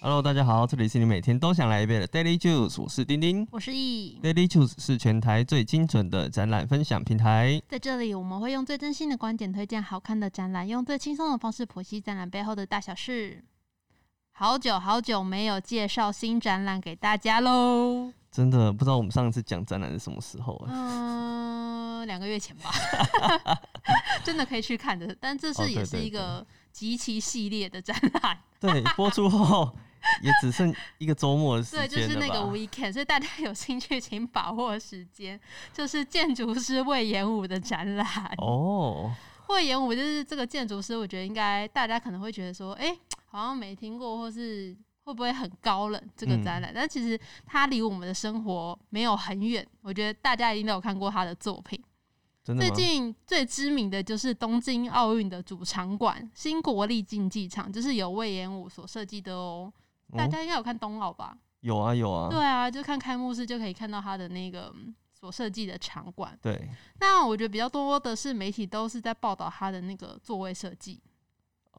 Hello，大家好，这里是你每天都想来一遍的 Daily Juice，我是丁丁。我是易， Daily Juice 是全台最精准的展览分享平台。在这里我们会用最真心的观点推荐好看的展览，用最轻松的方式剖析展览背后的大小事。好久好久没有介绍新展览给大 家喽，真的不知道我们上次讲展览是什么时候、啊？嗯、两个月前吧， 真的可以去看的。但这哦次对也是对一个极其系列的展览，对，播出后也只剩一个周末的时对，就间是了那个吧？ weekend，所以大家有兴趣请把握时间，就是建筑师魏延武的展览。哦，魏延武就是这个建筑师，我觉得应该大家可能会觉得说，哎、好像没听过，或是会不会很高冷这个展嗯览？但其实他离我们的生活没有很远，我觉得大家一定都有看过他的作品。真的最吗？近最知名的就是东京奥运的主场馆新国立竞技场，就是由魏延武所设计的哦。大哦、家应该有看冬奥吧？有啊有啊，对啊，就看开幕式就可以看到他的那个嗯所设计的场馆。对那我觉得比较多的是媒体都是在报道他的那个座位设计。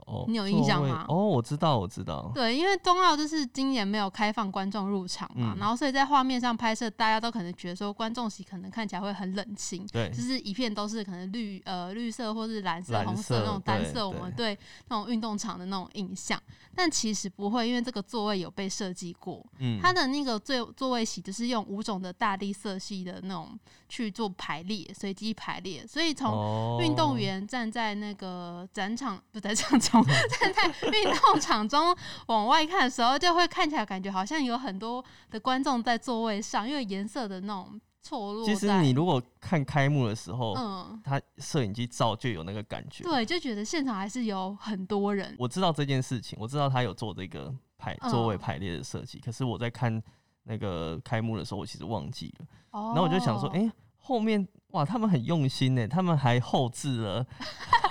哦，你有印象座位吗哦，我知道我知道，对，因为冬奥就是今年没有开放观众入场嘛，嗯然后所以在画面上拍摄，大家都可能觉得说观众席可能看起来会很冷清，对就是一片都是可能绿呃绿色或是蓝色、蓝红色那色种单对色，我们对那种运动场的那种印象，但其实不会，因为这个座位有被设计过，嗯，它的那个座座位席就是用五种的大地色系的那种去做排列，随机排列，所以从从运动哦员站在那个展场，不在展场 中，站在运动场中往外看的时候，就会看起来感觉好像有很多的观众在座位上，因为颜色的那种错落在。其实你如果看开幕的时候，嗯，他摄影机照就有那个感觉。对，就觉得现场还是有很多人。我知道这件事情，我知道他有做这个排嗯座位排列的设计，可是我在看那个开幕的时候，我其实忘记了。哦，然后我就想说，哎、后面哇，他们很用心呢，他们还后置 了，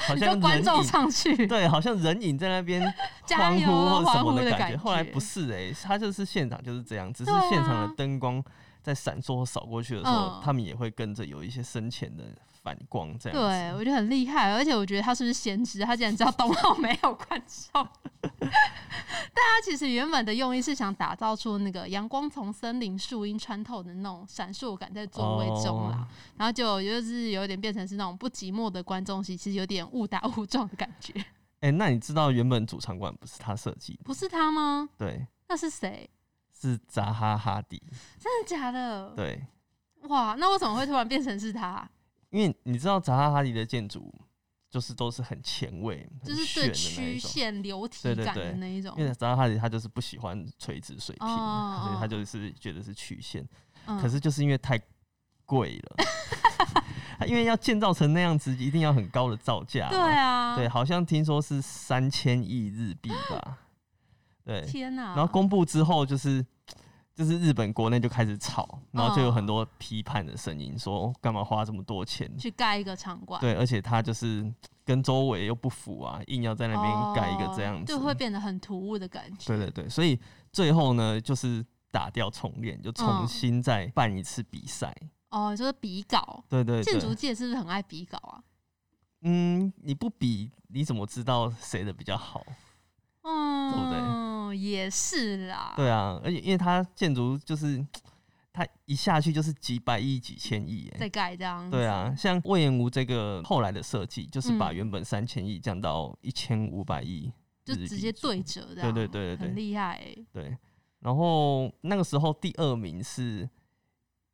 好你像说观人众影上去，对，好像人影在那边 加欢油呼或者欢什么呼的感感觉。后来觉不是哎、他就是现场就是这样，只是对现场啊的灯光在闪烁扫过去的时候，嗯他们也会跟着有一些深浅的反光这样子。对我觉得很厉害，而且我觉得他是不是先知？他竟然知道冬奥没有观众。 但他其实原本的用意是想打造出那个阳光从森林树荫穿透的那种闪烁感在座位哦中啦，然后就就是有点变成是那种不寂寞的观众席，其实有点误打误撞的感觉。哎、那你知道原本主场馆不是他设计的，不是他吗？对，那是谁？是扎哈哈迪，真的假的？对，哇，那为什么会突然变成是他？因为你知道扎哈哈迪的建筑就是都是很前卫、就很炫的那是对曲一种。线流体对对感对的那一种。因为扎哈哈迪他就是不喜欢垂直水平，哦所以哦他就是觉得是曲线。嗯可是就是因为太贵 了，因为要建造成那样子，一定要很高的造价嘛。对啊，对好像听说是三千亿日币 吧？对，天哪！然后公布之后，就是就是日本国内就开始吵，然后就有哦很多批判的声音，说哦干嘛花这么多钱？去盖一个场馆。对，而且他就是跟周围又不符啊，硬要在那边盖一个这样子，哦哦就会变得很突兀的感觉。对对对，所以最后呢，就是打掉重练，就重嗯新再办一次比赛。哦，就是比稿，对对建筑对，界是不是很爱比稿啊？嗯，你不比你怎么知道谁的比较好？嗯，对不也是啦。对啊，而且因为他建筑就是他一下去就是几百亿、几千亿、欸，再盖这样。对，啊，像魏延吴这个后来的设计，就是把嗯原本三千亿降到一千五百亿，就日直币接左对右折这样。对对对对对很厉害欸。对。然后那个时候第二名是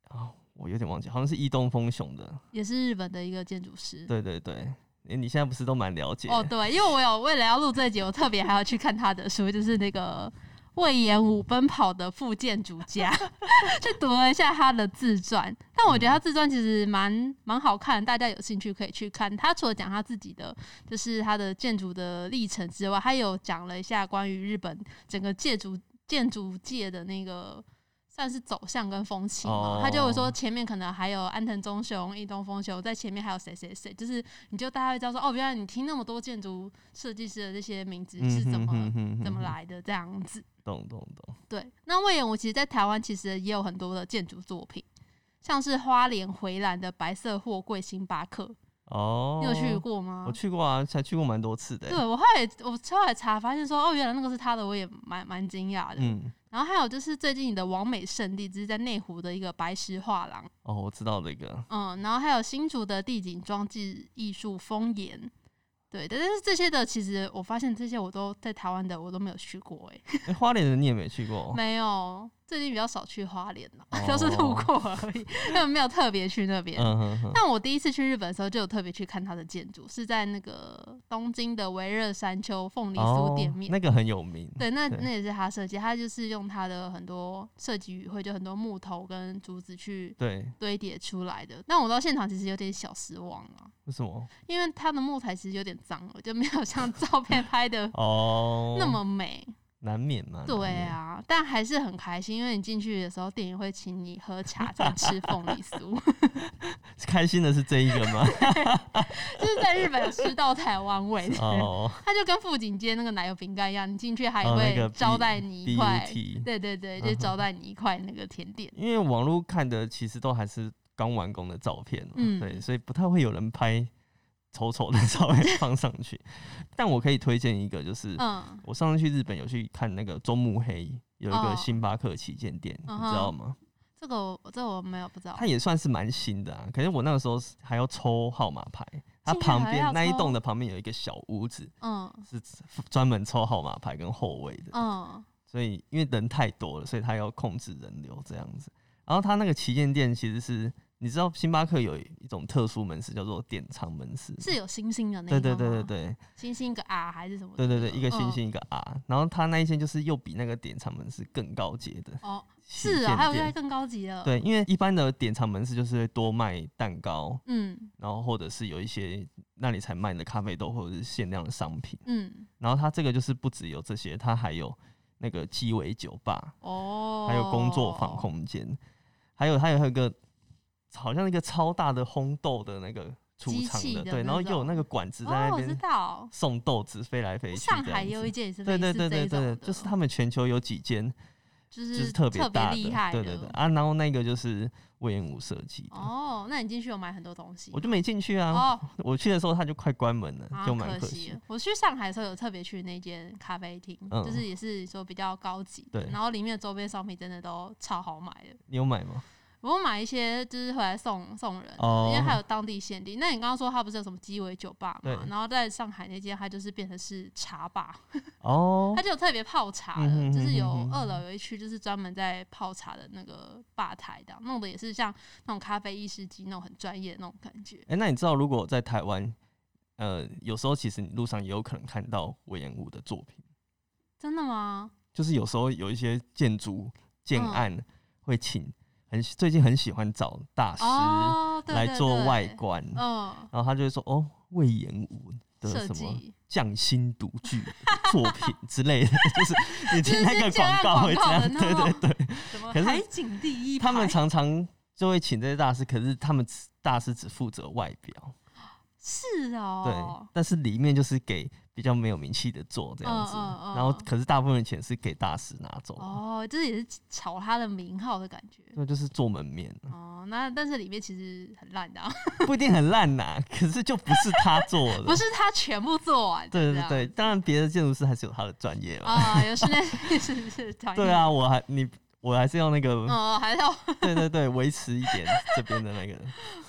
啊、我有点忘记，好像是伊东丰雄的，也是日本的一个建筑师。对对对。诶你现在不是都蛮了解的？哦，对，因为我有为了要录这一集，我特别还要去看他的书，就是那个。魏延武奔跑的副建筑家， 去读了一下他的自传，但我觉得嗯他自传其实蛮蛮好看，大家有兴趣可以去看。他除了讲他自己的，就是他的建筑的历程之外，他有讲了一下关于日本整个建筑建筑界的那个算是走向跟风气嘛。哦他就有说前面可能还有安藤忠雄、伊东丰雄，在前面还有谁谁谁，就是你就大家会知道说，哦，原来你听那么多建筑设计师的这些名嗯字是怎么、么怎么？来的这样子。懂懂懂。对，那魏延武其实，在台湾其实也有很多的建筑作品，像是花莲回蓝的白色货柜星巴克，哦，你有去？过吗我？去过啊，才去过蛮多次的欸、对我后来我后来查发现说，哦，原来那个是他的，我也蛮蛮惊讶的。嗯，然后还有就是最近的王美圣地，只是在内湖的一个白石画廊，哦，我知道这个，嗯，然后还有新竹的地景装置艺术风岩，对，但是这些的其实我发现这些我都在台湾的我都没有去过、欸，哎、花莲的你也没去过，没有，最近比较少去花莲 了，哦都是路过 而已，但没有特别去那边。嗯哼哼，但我第一次去日本的时候，就有特别去看它的建筑，是在那个东京的维热山丘凤梨酥店面。哦那个很有名，对，那对那也是他设计，他就是用他的很多设计语汇，就很多木头跟竹子去对，堆叠出来的。但我到现场其实有点小失望啊了，为什么？因为它的木材其实有点脏了，就没有像照 片拍的哦，那么美。难免嘛，难对免，啊，但还是很开心，因为你进去的时候，店员会请你喝茶，再吃凤梨酥。 开心的是这一个吗？就是在日本有吃到台湾味的，哦，它就跟富锦街那个奶油饼干一样，你进去还哦那会个招 B- 待你一 B 块 U，T，对对对，嗯就哼招待你一块那个甜点。因为网络看的其实都还是刚完工的照片嘛，嗯对，所以不太会有人拍丑丑的照片放上 去。但我可以推荐一个，就是、嗯，我上次去日本有去看那个中目黑有一哦个星巴克旗舰店，嗯你哼知道吗？这个我这我没有不知道它。也算是蛮新的啊，可是我那个时候是还要抽号码牌。它竟然旁还边要那一抽栋的旁边有一个小屋子，嗯是专门抽号码牌跟后卫的。嗯所以因为人太多了，所以他要控制人流这样子。然后他那个旗舰店其实是，你知道星巴克有一种特殊门市叫做典藏门市，是有星星的那对一对方对对吗，对星星一个 R 还是什么对的那？对对，一个星嗯。星一个 R，然后他那一间就是又比那个典藏门市更高阶的哦，旗舰是店，啊，还有在更高级的。，对，因为一般的典藏门市就是会多卖蛋糕，嗯然后或者是有一些那里才卖的咖啡豆或者是限量的商品，嗯，然后它这个就是不只有这些，它还有那个鸡尾酒吧，哦，还有工作坊空间，还有还有还有一个好像一个超大的烘豆的那个储机藏器的对，那然后又有种那个管子在哦，那我知边道，送豆子飞来飞去这样上子，海也有一间也是类对对似对这对一种对的，，就是他们全球有几间就就是是特别大的，厉害对的。对对啊，然后那个就是魏延武设计的，哦，那你进去有买很多东西我。就没进去啊，哦，我去的时候他就快关门了，啊就蛮可惜了。我去上海的时候有特别去那间咖啡厅，嗯就是也是说比较高级的，对然后里面的周边商品真的都超好买的。你有买吗？我买一些就是回来送送人的，哦因为它有当地限定。那你刚刚说它不是有什么鸡尾酒吧对嘛？然后在上海那间，它就是变成是茶吧，哦它，就有特别泡茶的，嗯哼就是有嗯哼嗯哼二楼有一区就是专门在泡茶的那个吧台的，弄的也是像那种咖啡意式机那种很专业的那种感觉。哎、那你知道如果在台湾，呃，有时候其实你路上也有可能看到魏延武的作品。真的吗？就是有时候有一些建筑建嗯案会请很最近很喜欢找大师哦，对来对做对外观，嗯，然后他就会说哦，魏延武设的什么计，匠心独具作 品之类的， 就是你就听是那个建案广告会这广告的样，那对种对对，什么可是海景第一排，他们常常就会请这些大师，可是他们只大师只负责外表，是哦对，，但是里面就是给比较没有名气的做这样子，嗯嗯嗯然后可是大部分钱是给大师拿走，哦，这也是炒他的名号的感觉。那就是做门面。哦，那但是里面其实很烂的、啊，不一定很烂呐、 可是就不是他做的，不是他全部做完 的。对这对样对，当然别的建筑师还是有他的专业嘛。啊、有室内 是是团对，啊，我还你我还是要那个，嗯，还要 对对对，维持一点这边的那个，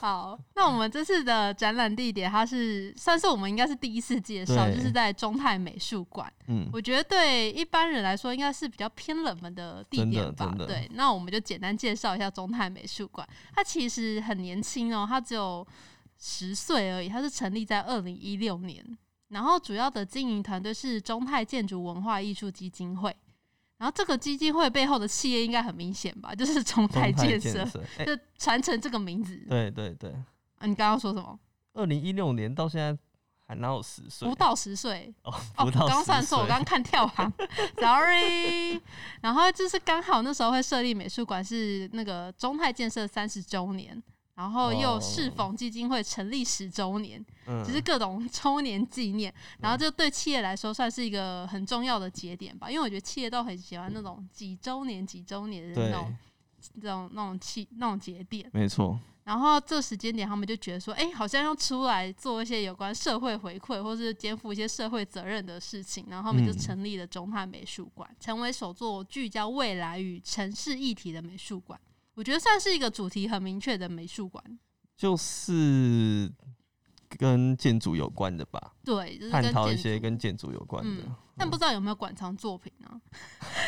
好。那我们这次的展览地点，它是算是我们应该是第一次介绍，对就是在中泰美术馆。 嗯，我觉得对一般人来说，应该是比较偏冷门的地点吧真的真。的对，那我们就简单介绍一下中泰美术馆。它其实很年轻哦，它只有十岁而已，它是成立在二零一六年。然后主要的经营团队是中泰建筑文化艺术基金会。然后这个基金会背后的企业应该很明显吧，就是中中泰建建设，设，哎、就传承这个名字。对对对，啊，你刚刚说什么？二零一六年到现在还哪有十岁不？到十岁，哦，不哦，我到刚刚十算错，我岁，刚刚看跳 行，sorry。然后就是刚好那时候会设立美术馆是那个中泰建设三十周年，然后又哦适逢基金会成立十周年，嗯只是各种 周年纪念，然后就对企业来说算是一个很重要的节点吧，因为我觉得企业都很喜欢那种几周年、几周年的那对，种、那种、那种气、那种节点。没错，然后这时间点，他们就觉得说，哎、好像要出来做一些有关社会回馈，或是肩负一些社会责任的事情。然后他们就嗯成立了中汉美术馆，成为首座聚焦未来与城市议题的美术馆。我觉得算是一个主题很明确的美术馆，就是跟建筑有关的吧，对，就是探跟讨一建些筑跟建筑有关的。嗯但不知道有没有馆藏作品呢、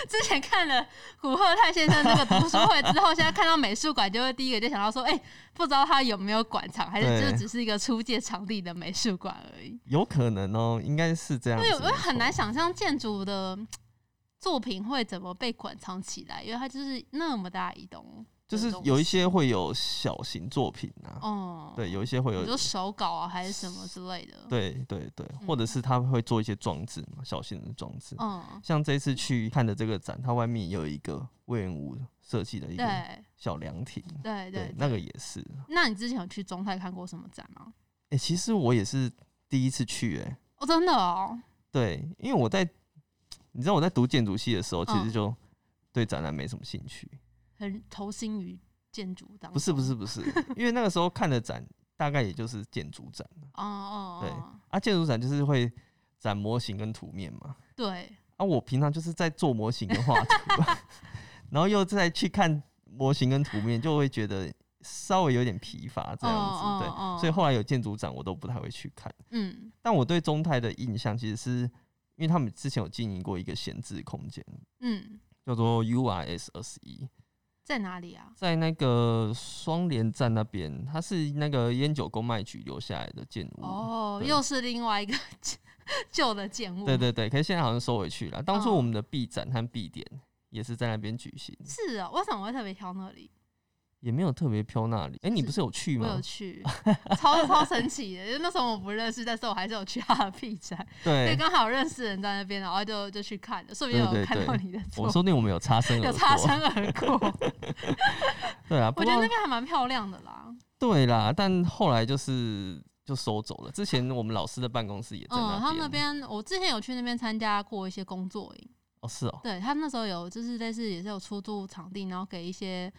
之前看了古贺泰先生那个读书会之后，现在看到美术馆，就会第一个就想到说，哎、不知道他有没有馆藏，还是对就只是一个出借场地的美术馆而已。有可能哦、应该是这样因子为没我错。我很难想象建筑的嗯作品会怎么被馆藏起来，因为它就是那么大一栋，就是有一些会有小型作品啊，哦、对，，有一些会有你，说手稿啊，还是什么之类的，，对对对，或者是他们会做一些装置嘛，小型的装置。嗯，像这次去看的这个展，它外面也有一个魏延武设计的一个对小凉亭，对对对，。那个也是。那你之前有去中泰看过什么展吗？哎、其实我也是第一次去、欸，哦，真的哦，对，因为我在，你知道我在读建筑系的时候，其实嗯就对展览没什么兴趣。很投身于建筑当中。不是不是不是，因为那个时候看的展大概也就是建筑展哦，哦对哦，啊，建筑展就是会展模型跟图面嘛。对啊，我平常就是在做模型跟画图， 然后又再去看模型跟图面，就会觉得稍微有点疲乏这样子。哦对，哦所以哦后来有建筑展我都不太会去看。嗯但我对中泰的印象其实是因为他们之前有经营过一个闲置空间，嗯，叫做 URS 二十一。在哪里啊？在那个双连站那边，它是那个烟酒公卖局留下来的建物。哦，对又是另外一个 旧的建物，对对对，可是现在好像收回去了。当初嗯我们的 B 展和 B 点也是在那边举行，是啊、为什么会特别挑那里？也没有特别飘那里。哎、你是不是有去我吗有？去，超 超神奇的，因为那时候我不认识，但是我还是有去哈尔滨展，对，对，刚好认识人在那边，然后就就去看了，顺便对对有看对到你的我作品，说不定我们有擦身而有过。擦身 而过，对啊，不 我觉得那过边还蛮漂亮的啦，嗯对啦，但后来就是就收走了。之前我们老师的办公室也在嗯，他们边。那边我之前有去那边参加过一些工作营。哦，是哦，对他们那时候有就是类似也是有出租场地，然后给一些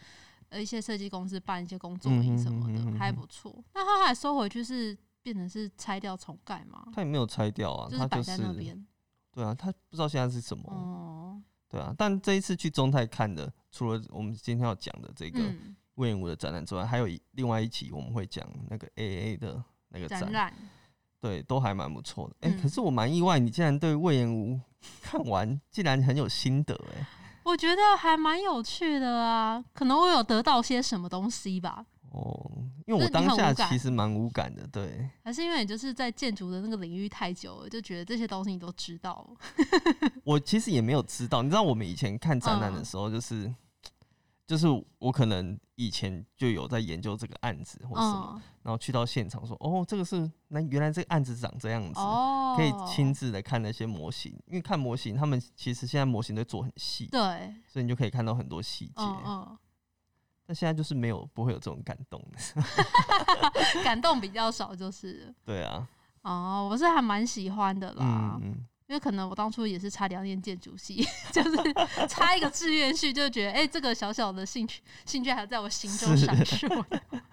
呃一些设计公司办一些工作营什么嗯的，哼嗯哼嗯哼还不错。那他后来收回去是变成是拆掉重盖嘛，他也没有拆掉啊，就是他摆就在是那边。对啊，他不知道现在是什么。哦，对啊，但这一次去中泰看的，除了我们今天要讲的这个嗯，魏延武的展览之外，还有一另外一期我们会讲那个 A A 的那个展展，览对，都还蛮不错的。哎、嗯可是我蛮意外，你竟然对魏延武 看完竟然很有心得、哎，我觉得还蛮有趣的啊，可能我有得到些什么东西吧，哦，因为那我你当很无下感其实蛮无感的，对，还是因为你就是在建筑的那个领域太久了，就觉得这些东西你都知道了。我其实也没有知道，你知道我们以前看展览的嗯时候，就是、就是我可能以前就有在研究这个案子或什么，嗯，然后去到现场说，哦，这个是那原来这个案子长这样子，哦，可以亲自的看那些模型，因为看模型，他们其实现在模型都做很细，对，所以你就可以看到很多细节。嗯嗯，但现在就是没有不会有这种感动的，嗯感动比较少就是了。 对啊，哦，我是还蛮喜欢的啦嗯，嗯，因为可能我当初也是差点要念建筑系， 就是差一个志愿序，就觉得哎、这个小小的兴趣兴趣还在我心中是闪烁。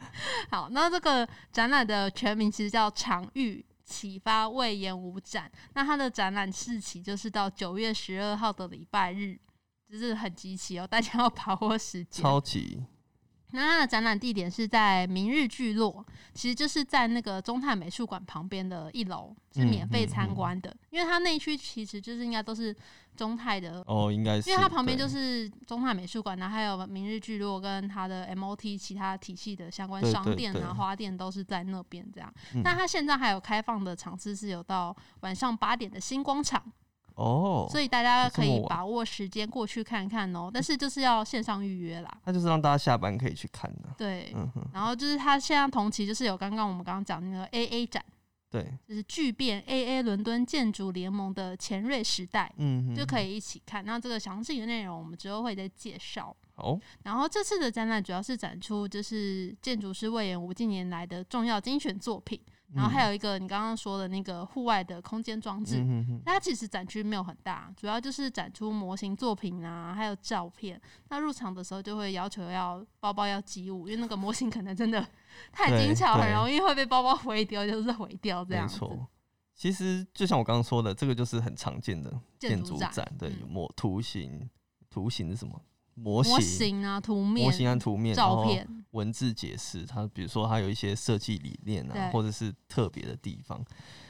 好，那这个展览的全名其实叫常遇。启发魏延武展，那它的展览日期就是到九月十二号的礼拜日，就是很集齐哦，大家要把握时间。超级那它的展览地点是在明日聚落，其实就是在那个中泰美术馆旁边的一楼，嗯是免费参观的。因为它那一区其实就是应该都是中泰的，哦，应该是，因为它旁边对就是中泰美术馆，然后还有明日聚落跟它的 MOT 其他体系的相关对商对店对啊、花店都是在那边这样。嗯那它现在还有开放的场次是有到晚上八点的星光场，哦，所以大家有这可么以晚把握时间过去看看哦。但是就是要线上预约啦，他就是让大家下班可以去看的、对。嗯哼，然后就是它现在同期就是有刚刚我们刚刚讲那个 AA 展，对，就是巨变 AA 伦敦建筑联盟的前瑞时代，嗯哼，就可以，以一起看。那这个详细的内容我们之后会再介绍。好，然后这次的展览主要是展出就是建筑师魏延武近年来的重要精选作品，然后还有一个你刚刚说的那个户外的空间装置，嗯哼哼它其实展区没有很大，主要就是展出模型作品啊，还有照片。那入场的时候就会要求要包包要机务，因为那个模型可能真 的太对精巧，很对容易会被包包毁掉，就是毁掉这没样子。错。其实就像我刚刚说的，这个就是很常见的建筑筑展展，对，嗯有模图形，图形是什么？模型、模型啊，图模面、型哦和图面，然照后片，文字解释，它比如说它有一些设计理念啊对，或者是特别的地方。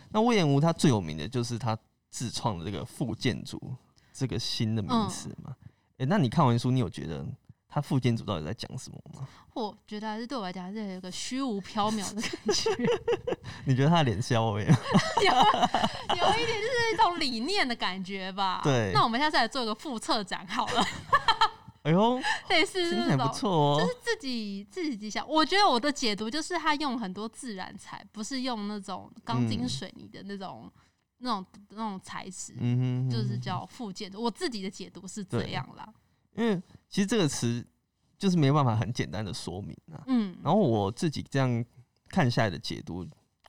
那魏延吾他最有名的就是他自创的这个副建筑这个新的嗯名词嘛。诶，那你看完书，你有觉得他副建筑到底在讲什么吗？ 我觉得还是对我来讲还是有一个虚无缥缈的感觉。 你觉得他的脸消微？有一点就是一种理念的感觉吧。对那我们下次来做一个副策展好了， 哎呦，类似听起来那不种。错哦、就是自己自己想，我觉得我的解读就是他用很多自然材，不是用那种钢筋嗯水泥的那种、那种那种材质，嗯哼哼就是叫附件。我自己的解读是这对样啦。因为其实这个词就是没办法很简单的说明啊。嗯，然后我自己这样看下来的解读，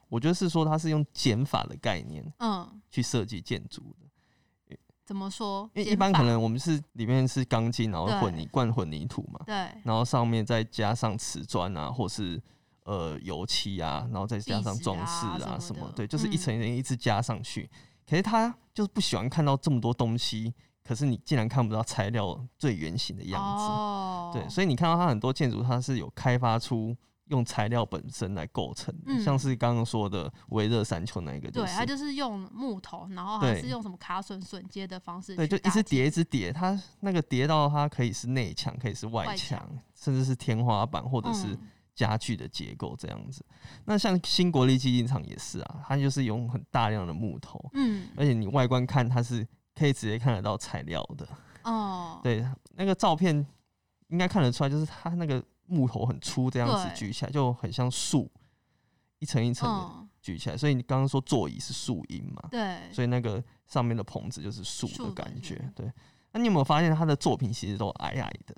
我觉得是说它是用减法的概念嗯，去设计建筑的。怎么说？因为一减般可法能我们是里面是钢筋，然后对混凝灌混凝土嘛，对然后上面再加上瓷砖啊，或是呃油漆啊，然后再加上壁纸装啊饰啊什什么么的，对，就是一嗯层一层一直加上去。可是他就是不喜欢看到这么多东西，可是你竟然看不到材料最原型的样子，哦，对，所以你看到它很多建筑，它是有开发出。用材料本身来构成的，嗯像是刚刚说的维热山丘那一个，对，是他就是用木头，然后还对是用什么卡榫榫接的方式对，就去一搭直建，叠一直叠，它那个叠到它可以是内墙，可以是外外墙墙，甚至是天花板或者是嗯家具的结构这样子。那像新国立竞技场也是啊，它就是用很大量的木头，嗯而且你外观看它是可以直接看得到材料的。哦，哎对，那个照片应该看得出来，就是它那个木头很粗，这样子对举起来就很像树，一层一层的嗯，举起来。所以你刚刚说座椅是树荫嘛？对，所以那个上面的棚子就是树的树的感觉嗯。对，那你有没有发现他的作品其实都矮矮的，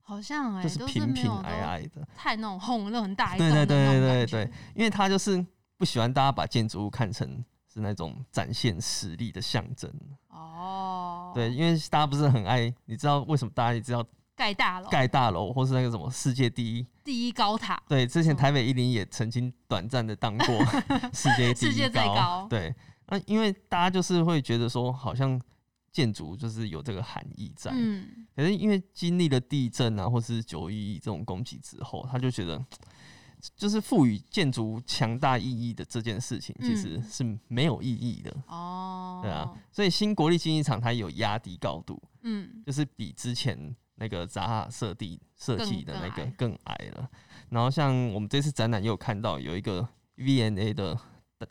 好像哎、就都是平没平有矮都矮的？太那种轰了很大一对栋的对那对种对感对觉，因为他就是不喜欢大家把建筑物看成是那种展现实力的象征。哦，对，，因为大家不是很爱，你知道为什么大家一直要盖大楼，盖大楼，或是那个什么世界第一？第一高塔，对，之前嗯台北一零也曾经短暂的当 过世界第世界一最高对，那因为大家就是会觉得说，好像建筑就是有这个含义在。嗯，可是因为经历了地震啊，或是九一一这种攻击之后，他就觉得，就是赋予建筑强大意义的这件事情，嗯其实是没有意义的，哦，对啊。所以新国立竞技场它有压低高度，嗯，就是比之前那个扎哈设计设计的那个更矮了。然后像我们这次展览也有看到有一个 VNA 的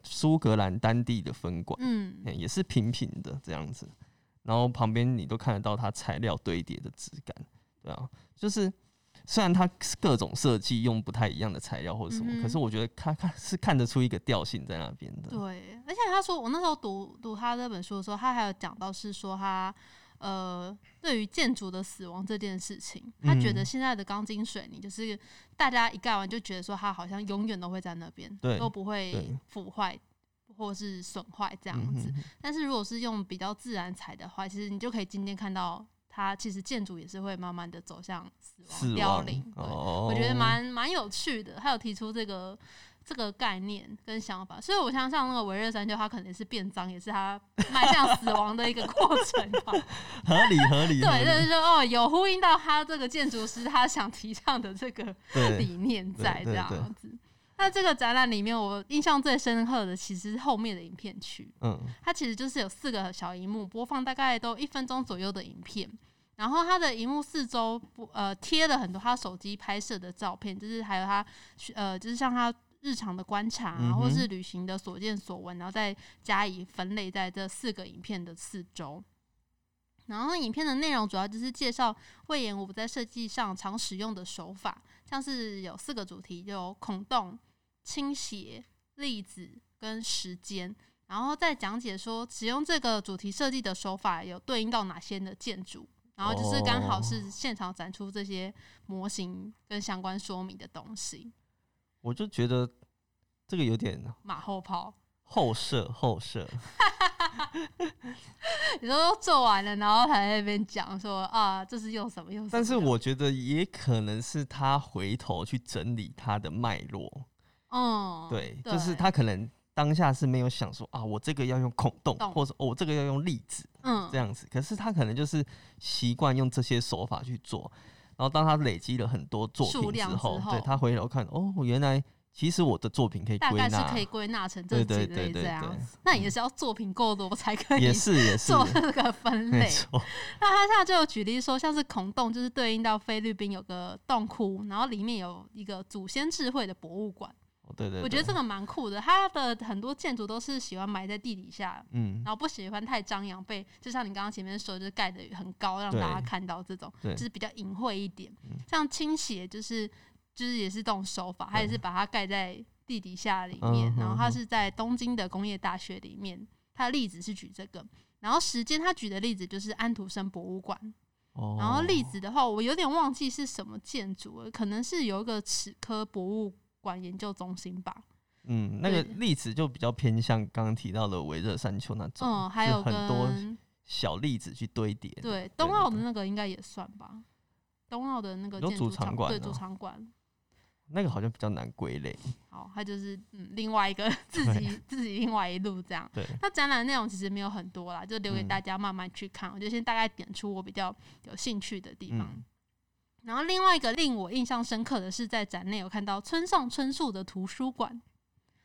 苏格兰当地的分馆，嗯，嗯也是平平的这样子，然后旁边你都看得到它材料堆叠的质感，对啊，就是虽然它各种设计用不太一样的材料或者什么，嗯哼可是我觉得看看是看得出一个调性在那边的，对，而且他说，我那时候读读他这本书的时候，他还有讲到是说他。呃，对于建筑的死亡这件事情，他觉得嗯现在的钢筋水泥就是大家一盖完就觉得说它好像永远都会在那边，对都不会对腐坏或是损坏这嗯样子。哼，但是如果是用比较自然材的话，其实你就可以今天看到它，其实建筑也是会慢慢的走向死亡、死凋亡零。对，哦我觉得蛮蛮有趣的。他有提出这个这个概念跟想法，所以我想像那个维热山丘，它可能是变脏，也是它迈向死亡的一个过程 吧。 合理合 理，对，合理就是说哦，有呼应到他这个建筑师他想提倡的这个对理念在对这对对样子。那这个展览里面，我印象最深刻的其实是后面的影片区。嗯它其实就是有四个小荧幕，播放大概都一分钟左右的影片。然后它的荧幕四周不呃贴了很多他手机拍摄的照片，就是还有他呃就是像他日常的观察、啊嗯哼或是旅行的所见所闻，然后再加以分类在这四个影片的四周。然后影片的内容主要就是介绍魏延武在设计上常使用的手法，像是有四个主题，有孔洞、倾斜、粒子跟时间，然后再讲解说使用这个主题设计的手法有对应到哪些的建筑，然后就是刚好哦是现场展出这些模型跟相关说明的东西。我就觉得这个有点马后炮。后设后 设，你说都做完了，然后还在那边讲说啊，这是用什么用什么？但是我觉得也可能是他回头去整理他的脉络，嗯，对，就是他可能当下是没有想说啊，我这个要用孔洞懂，或者哦我这个要用粒子嗯这样子，可是他可能就是习惯用这些手法去做，然后当他累积了很多作数品之量之后，后对他回头看，哦，原来其实我的作品可以大归概是纳可，以归纳成这几对对类对对这样对子。那也是要作品够多才可以也是也是， 做这个分没类。错，那他现在就有举例说，像是孔洞，就是对应到菲律宾有个洞窟，然后里面有一个祖先智慧的博物馆。哦对对，我觉得这个个蛮酷的。它的很多建筑都是喜欢埋在地底下，嗯然后不喜欢太张扬，被就像你刚刚前面说，就是盖的很高，让对大家看到这种，对就是比较隐晦一点嗯。像倾斜，就是就是也是这种手法，它也是把它盖在地底下里嗯面，哼然后它是在东京的工业大学里面，它的例子是举这个。然后时间，他举的例子就是安徒生博物馆。哦，然后例子的话，我有点忘记是什么建筑了，可能是有一个齿科博物馆研究中心吧。嗯，那个对例子就比较偏向刚刚提到的维热山丘那种，嗯，还是有很多跟小粒子去堆叠。，对，东对澳的对那个应该也算吧。东澳的那个你说建筑主场场馆对哦主场馆，那个好像比较难归类。好，它就是嗯另外一个自己自己另外一路这样。对，那展览内容其实没有很多啦，就留给嗯大家慢慢去看。我就先大概点出我比较有兴趣的地方。嗯，然后另外一个令我印象深刻的是，在展内有看到村上春树的图书馆。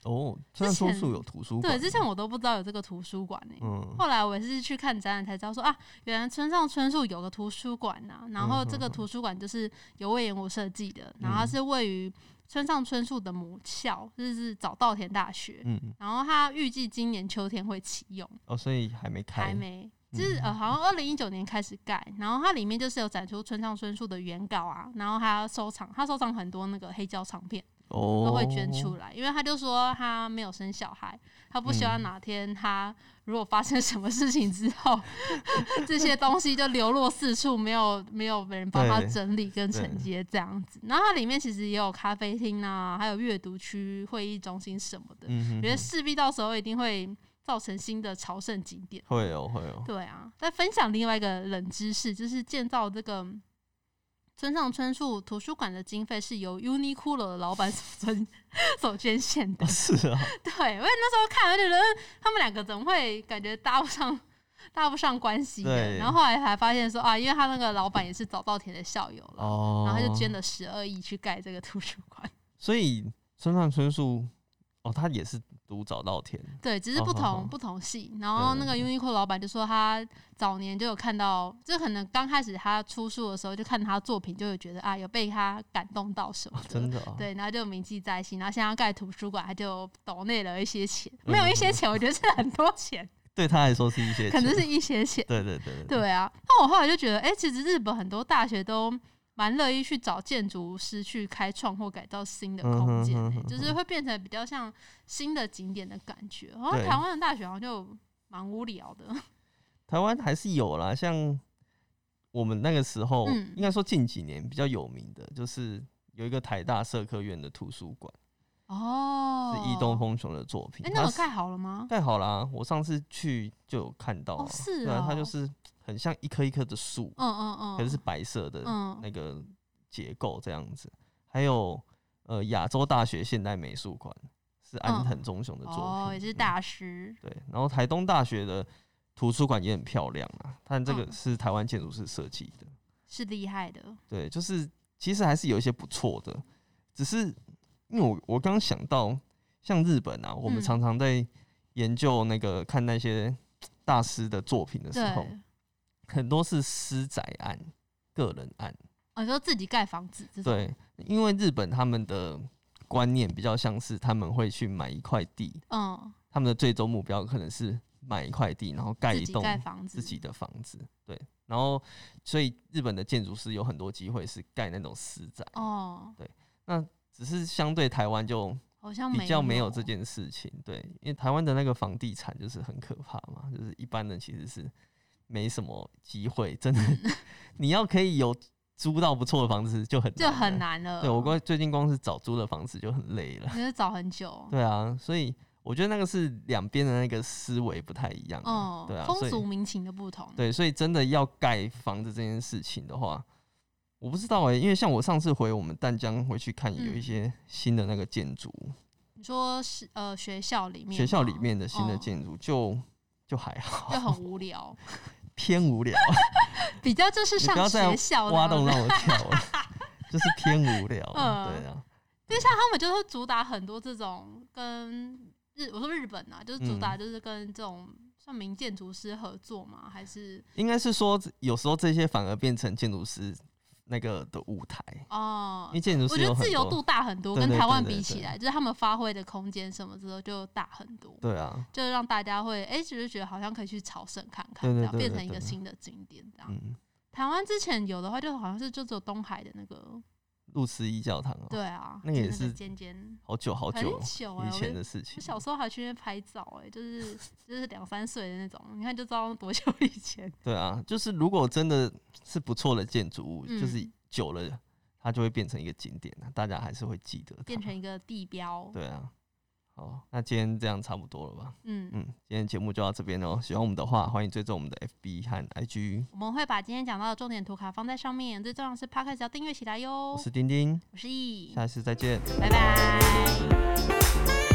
哦，虽然说前树有图书馆，对，之前我都不知道有这个图书馆呢、嗯，后来我也是去看展览才知道说啊，原来村上春树有个图书馆呐、然后嗯这个图书馆就是由魏延武设计的，然后它是位于村上春树的母校，就是早稻田大学，嗯，然后它预计今年秋天会启用，哦，所以还没开，还没。就是呃，好像二零一九年开始盖，然后它里面就是有展出村上春树的原稿啊，然后还有收藏，他收藏很多那个黑胶唱片。哦，都会捐出来，因为他就说他没有生小孩，他不希望嗯哪天他如果发生什么事情之后，这些东西就流落四处，没有没有人帮他对整理跟对承接这样子。然后它里面其实也有咖啡厅啊，还有阅读区、会议中心什么的，嗯哼我觉得势必到时候一定会造成新的朝圣景点。会哦，会哦，对啊，再分享另外一个冷知识，就是建造这个村上春树图书馆的经费是由 Uniqlo 的老板所 捐所捐献的 哦。是啊，对，我也那时候看，我就觉得嗯他们两个怎么会感觉搭不上搭不上关系呢？对然后后来才发现说啊，因为他那个老板也是早稻田的校友了，哦，然后他就捐，了十二亿去盖这个图书馆。所以村上春树，哦，他也是读早稻田，对，只是哦不好同、好嗯不同系。然后那个 Uniqlo 老板就说，他早年就有看到，就可能刚开始他出书的时候，就看他作品，就有觉得啊，有被他感动到什么哦真的。的啊，对，然后就铭记在心，然后现在要盖图书馆，他就抖内了一些钱，嗯没有一些钱，我觉得是很多 钱，对他来说是一些，可能是，一些钱。对对对，对啊，那我后来就觉得，哎、其实日本很多大学都蛮乐意去找建筑师去开创或改造新的嗯空哼间、哼诶哼就是会变成比较像新的景点的感觉。好像对台湾的大学好像就蛮无聊的，台湾还是有啦，像我们那个时候，嗯应该说近几年比较有名的，就是有一个台大社科院的图书馆，哦，是伊东。丰雄的作品。哎、那它我是盖好了吗？盖好啦，我上次去就有看到啊、哦是对啊，它哦就是很像一棵一棵的树，嗯嗯嗯，可是是白色的嗯那个结构这样子。还有呃，亚洲大学现代美术馆是安嗯藤忠雄的作品，哦，也是嗯大师。对，然后台东大学的图书馆也很漂亮啊，但这个嗯是台湾建筑师设计的。是厉害的，对，就是其实还是有一些不错的，只是因为我我刚想到，像日本啊，我嗯们常常在研究那个看那些大师的作品的时对，候，很多是私宅案、个人案。哦，你说自己盖房子这种，对，因为日本他们的观念比较像是他们会去买一块地，嗯，他们的最终目标可能是买一块地，然后盖自一己栋盖房子，自己的房子。对，然后所以日本的建筑师有很多机会是盖那种私宅。哦，只是相对台湾就好像比较没有这件事情，对，因为台湾的那个房地产就是很可怕嘛， 就是一般人其实是没什么机会，真的，你要可以有租到不错的房子就很就难很了。难了。对我光最近光是找租的房子就很累了。你是找很久，对啊，所以我觉得那个是两边的那个思维不太一样啊。嗯，对啊，所风以俗民情的不同，对，所以真的要盖房子这件事情的话，我不知道哎、因为像我上次回我们淡江回去看，有一嗯些新的那个建筑，你说是呃学校里面，学校里面的新的嗯建筑就就还好，就很无聊，偏无聊，比较就是 你上不要再学校的挖洞嘛，让我跳了， 就是偏无聊，啊嗯对啊，因为像他们就是会主打很多这种跟日，我说日本啊，就是主嗯打就是跟这种算名建筑师合作嘛，还是应该是说有时候这些反而变成建筑师那个的舞台，哦因为。建筑我师觉有得很自由多，度大很多，对跟对台湾对对比起对来，就是他们发挥的空间什么之后就大很多。对啊，就是让大家会哎，诶就是觉得好像可以去朝圣看看，对对这样对对变成一对个新的景点这样。嗯，台湾之前有的话，就好像是就只有东海的那个，路思一教堂哦，对啊，那个也就是是尖尖，好久好很久哦久哎、以我前就的事情我，小时候还去那边拍照哎、就是 就是两三岁的那种，你看就知道多久以 前。对啊，就是如果真的是不错的建筑物，嗯就是久了它就会变成一个景点了，大家还是会记得它。变成一个地标，对啊，好，那今天这样差不多了吧？嗯，嗯，今天节目就到这边哦喽。喜欢我们的话，欢迎追踪我们的 FB 和 IG。我们会把今天讲到的重点图卡放在上面，最重要的是 podcast 要订阅起来哟。我是丁丁，我是易，下次再见。拜拜。